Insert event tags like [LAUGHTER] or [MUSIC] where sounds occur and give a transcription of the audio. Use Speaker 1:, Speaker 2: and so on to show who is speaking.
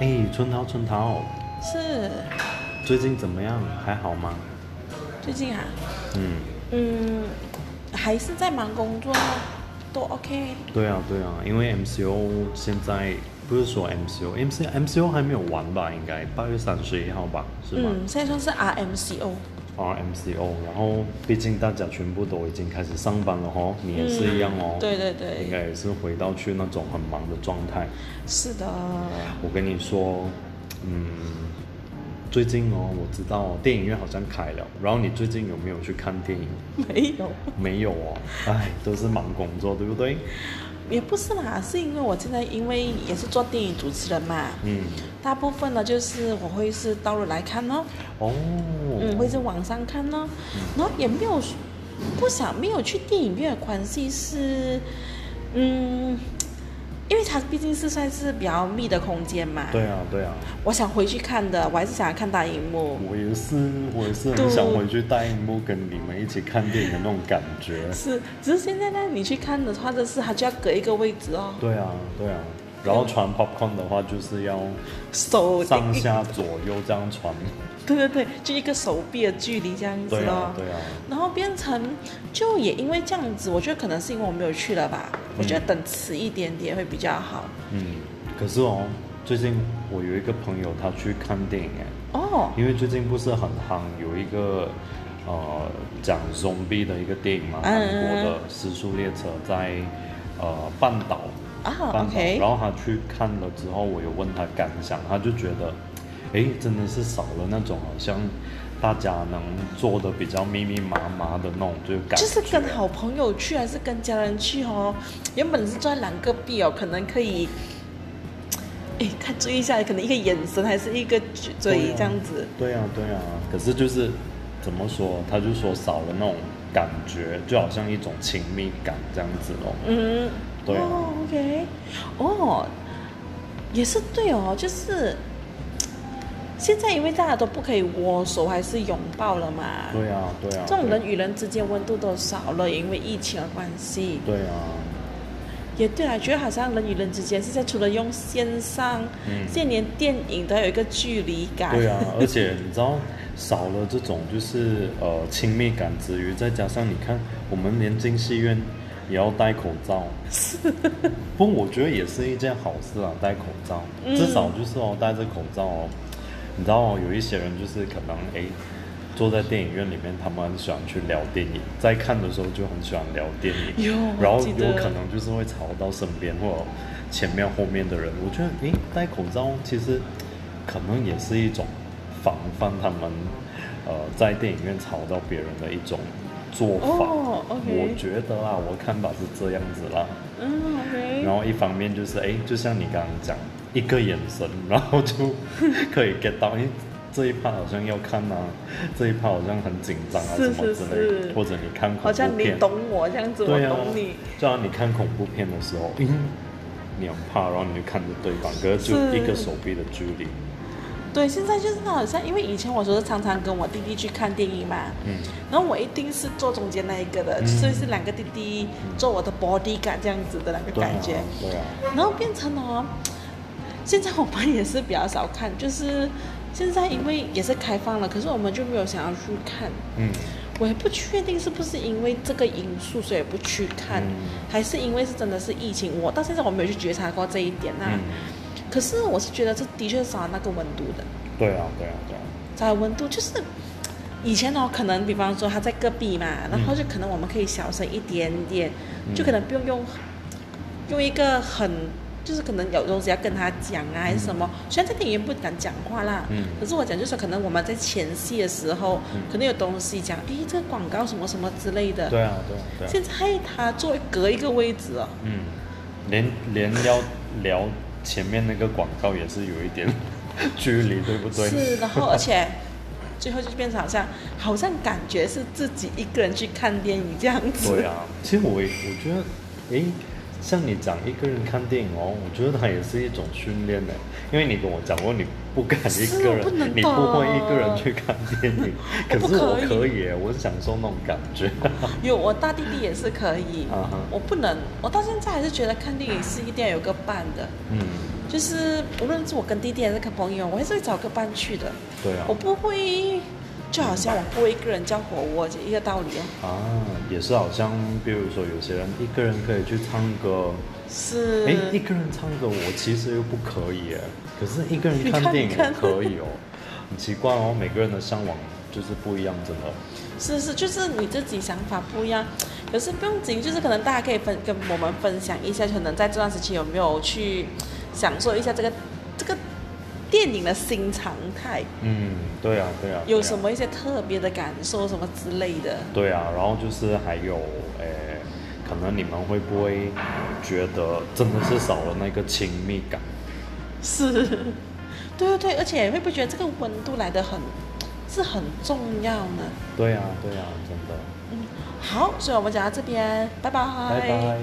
Speaker 1: 哎、春涛，春涛，
Speaker 2: 是
Speaker 1: 最近怎么样？还好吗？
Speaker 2: 最近啊，
Speaker 1: 嗯，
Speaker 2: 嗯，还是在忙工作，都 OK。
Speaker 1: 对啊，对啊，因为 MCO 现在不是说 MCO，MC MCO 还没有完吧？应该八月三十一号吧？是吗、
Speaker 2: 嗯，现在算是 RMCO。
Speaker 1: r m c o 然后毕竟大家全部都已经开始上班了哦，你也是一样哦。
Speaker 2: 嗯对对
Speaker 1: 应
Speaker 2: 对，
Speaker 1: 该也是回到去那种很忙的状态。
Speaker 2: 是的。 [LAUGHS]
Speaker 1: 我跟你说，嗯，最近哦，我知道哦电影院好像开了，然后你最近有没有去看电影？
Speaker 2: 没有，
Speaker 1: 没有哦，唉，都是忙工作，对不对？
Speaker 2: 也不是啦，是因为我现在因为也是做电影主持人嘛，
Speaker 1: 嗯，
Speaker 2: 大部分呢就是我会是到了来看咯，
Speaker 1: 哦，
Speaker 2: 嗯，会在网上看咯，
Speaker 1: 嗯
Speaker 2: 然后也没有不想没有去电影院的关系是，嗯，因为它毕竟是算是比较密的空间嘛，
Speaker 1: 对啊，对啊，
Speaker 2: 我想回去看的，我还是想要看大荧幕。
Speaker 1: 我也是，我也是很
Speaker 2: 对
Speaker 1: 想回去大荧幕跟你们一起看电影的那种感觉。
Speaker 2: 是，只是现在呢，你去看的话，就是它就要隔一个位置哦，
Speaker 1: 对啊，对啊。然后传 popcorn 的话，就是要
Speaker 2: 手
Speaker 1: 上下左右这样传。
Speaker 2: 对对对，就一个手臂的距离这样子
Speaker 1: 对
Speaker 2: 咯
Speaker 1: 啊，。对啊。
Speaker 2: 然后变成，就也因为这样子，我觉得可能是因为我没有去了吧。我觉得等迟一点点会比较好。
Speaker 1: 嗯，可是哦，最近我有一个朋友他去看电影哎，
Speaker 2: 哦，
Speaker 1: 因为最近不是很夯，有一个呃讲 zombie 的一个电影嘛，韩
Speaker 2: 嗯
Speaker 1: 国的《失速列车》在呃半岛，半
Speaker 2: 啊
Speaker 1: 岛
Speaker 2: ，OK，
Speaker 1: 然后他去看了之后，我有问他感想，他就觉得，哎，真的是少了那种好像大家能做的比较密密麻麻的那种就感觉，
Speaker 2: 就是跟好朋友去还是跟家人去哦？原本是坐在两个币哦，可能可以，哎，看注意一下，可能一个眼神还是一个举
Speaker 1: 对
Speaker 2: 嘴
Speaker 1: 啊
Speaker 2: 这样子。
Speaker 1: 对呀、对呀、啊可是就是怎么说，他就说少了那种感觉，就好像一种亲密感这样子咯。
Speaker 2: 嗯，
Speaker 1: 对啊
Speaker 2: 哦，OK，哦，也是对哦，就是现在因为大家都不可以握手还是拥抱了嘛，
Speaker 1: 对啊呀、对呀、
Speaker 2: 这种人
Speaker 1: 对
Speaker 2: 与人之间温度都少了，因为疫情的关系。
Speaker 1: 对啊呀、
Speaker 2: 也对啊，觉得好像人与人之间现在除了用线上，
Speaker 1: 嗯
Speaker 2: 现在连电影都有一个距离感。
Speaker 1: 对呀、啊而且你知道少了这种就是呃亲密感之余，再加上你看我们连进戏院也要戴口
Speaker 2: [LAUGHS]
Speaker 1: 罩，不过我觉得也是一件好事啊，戴口罩，
Speaker 2: 嗯
Speaker 1: 至少就是哦戴着口罩哦，你知道哦有一些人就是可能诶。坐在电影院里面，他们很喜欢去聊电影，在看的时候就很喜欢聊电影，
Speaker 2: 有
Speaker 1: 然后
Speaker 2: 我记得
Speaker 1: 有可能就是会吵到身边或者前面后面的人。我觉得，诶，戴口罩其实可能也是一种防范他们呃在电影院吵到别人的一种做法。
Speaker 2: 哦，OK
Speaker 1: 我觉得啦，我看法是这样子啦。
Speaker 2: 嗯，OK，
Speaker 1: 然后一方面就是，诶，就像你刚刚讲，一个眼神，然后就可以 get 到，因为这一趴好像要看啊，这一趴好像很紧张啊，
Speaker 2: 是
Speaker 1: 什么之类的，
Speaker 2: 是是
Speaker 1: 或者你看恐怖片，
Speaker 2: 好像你懂我这样子，我
Speaker 1: 对啊，
Speaker 2: 懂你。
Speaker 1: 就像你看恐怖片的时候，嗯，你很怕，然后你就看着对方，可是就是一个手臂的距离，
Speaker 2: 对，现在就是好像，因为以前我说是常常跟我弟弟去看电影嘛，
Speaker 1: 嗯，
Speaker 2: 然后我一定是坐中间那一个的，
Speaker 1: 嗯
Speaker 2: 所以是两个弟弟做我的 body 感这样子的那个
Speaker 1: 对啊
Speaker 2: 感觉，，
Speaker 1: 对啊，
Speaker 2: 然后变成哦，现在我们也是比较少看，就是现在因为也是开放了，可是我们就没有想要去看，
Speaker 1: 嗯，
Speaker 2: 我也不确定是不是因为这个因素所以不去看，
Speaker 1: 嗯
Speaker 2: 还是因为是真的是疫情，我到现在我没有去觉察过这一点呐、
Speaker 1: 嗯，
Speaker 2: 可是我是觉得这的确是少了那个温度的。
Speaker 1: 对啊，对啊，对啊，
Speaker 2: 在温度，就是以前哦，可能比方说他在隔壁嘛，然后就可能我们可以小声一点点，
Speaker 1: 嗯
Speaker 2: 就可能不用用用一个很就是可能有东西要跟他讲啊，还是什么。虽然在电影院不敢讲话啦，
Speaker 1: 嗯
Speaker 2: 可是我讲就是可能我们在前戏的时候，
Speaker 1: 嗯
Speaker 2: 可能有东西讲，诶，这个广告什么什么之类的。
Speaker 1: 对啊，对啊，对啊，
Speaker 2: 嗯现在他作为隔一个位置哦，
Speaker 1: 嗯，连连要聊前面那个广告也是有一点 [LAUGHS] 距离，对不对？
Speaker 2: 是，然后而且。最后就变成好像，好像感觉是自己一个人去看电影这样子。
Speaker 1: 对啊，其实我也我觉得，诶，像你讲一个人看电影哦，我觉得它也是一种训练呢，欸因为你跟我讲过你不敢一
Speaker 2: 是
Speaker 1: 个
Speaker 2: 我
Speaker 1: 人，
Speaker 2: 不能
Speaker 1: 你
Speaker 2: 的，
Speaker 1: 不会一个人去看电影可
Speaker 2: [LAUGHS] 我不
Speaker 1: 是我
Speaker 2: 可以
Speaker 1: 可以耶，我很享受那种感
Speaker 2: [LAUGHS]
Speaker 1: 觉。
Speaker 2: 有，我大弟弟也是可以
Speaker 1: 啊哈
Speaker 2: 我不能，我到现在还是觉得看电影是一定要有个伴的，
Speaker 1: 嗯，
Speaker 2: 就是无论是我跟弟弟还是跟朋友，我还是会找个伴去的。
Speaker 1: 对啊
Speaker 2: 我，不会，就好像我不会一个人叫火锅一个道理
Speaker 1: 啊，
Speaker 2: 哦。
Speaker 1: 也是好像，比如说有些人一个人可以去唱歌，
Speaker 2: 是，
Speaker 1: 哎，一个人唱歌我其实又不可以哎，可是一个人
Speaker 2: 你看
Speaker 1: 看电影
Speaker 2: 你
Speaker 1: 我
Speaker 2: 看
Speaker 1: 可以哦，很奇怪哦，每个人的向往就是不一样，真的。
Speaker 2: 是是，就是你自己想法不一样，可是不用紧，就是可能大家可以分跟我们分享一下，可能在这段时期有没有去享受一下这个这个电影的新常态，
Speaker 1: 嗯，对啊，对啊。对
Speaker 2: 有
Speaker 1: 啊
Speaker 2: 什么一些特别的感受什么之类的。
Speaker 1: 对啊，然后就是还有，诶，可能你们会不会觉得真的是少了那个亲密感？
Speaker 2: [LAUGHS] 是，对对对，而且会不会觉得这个温度来的很是很重要呢？
Speaker 1: 对啊，对啊，真的。
Speaker 2: 嗯，好，所以我们讲到这边，拜拜，
Speaker 1: 拜拜。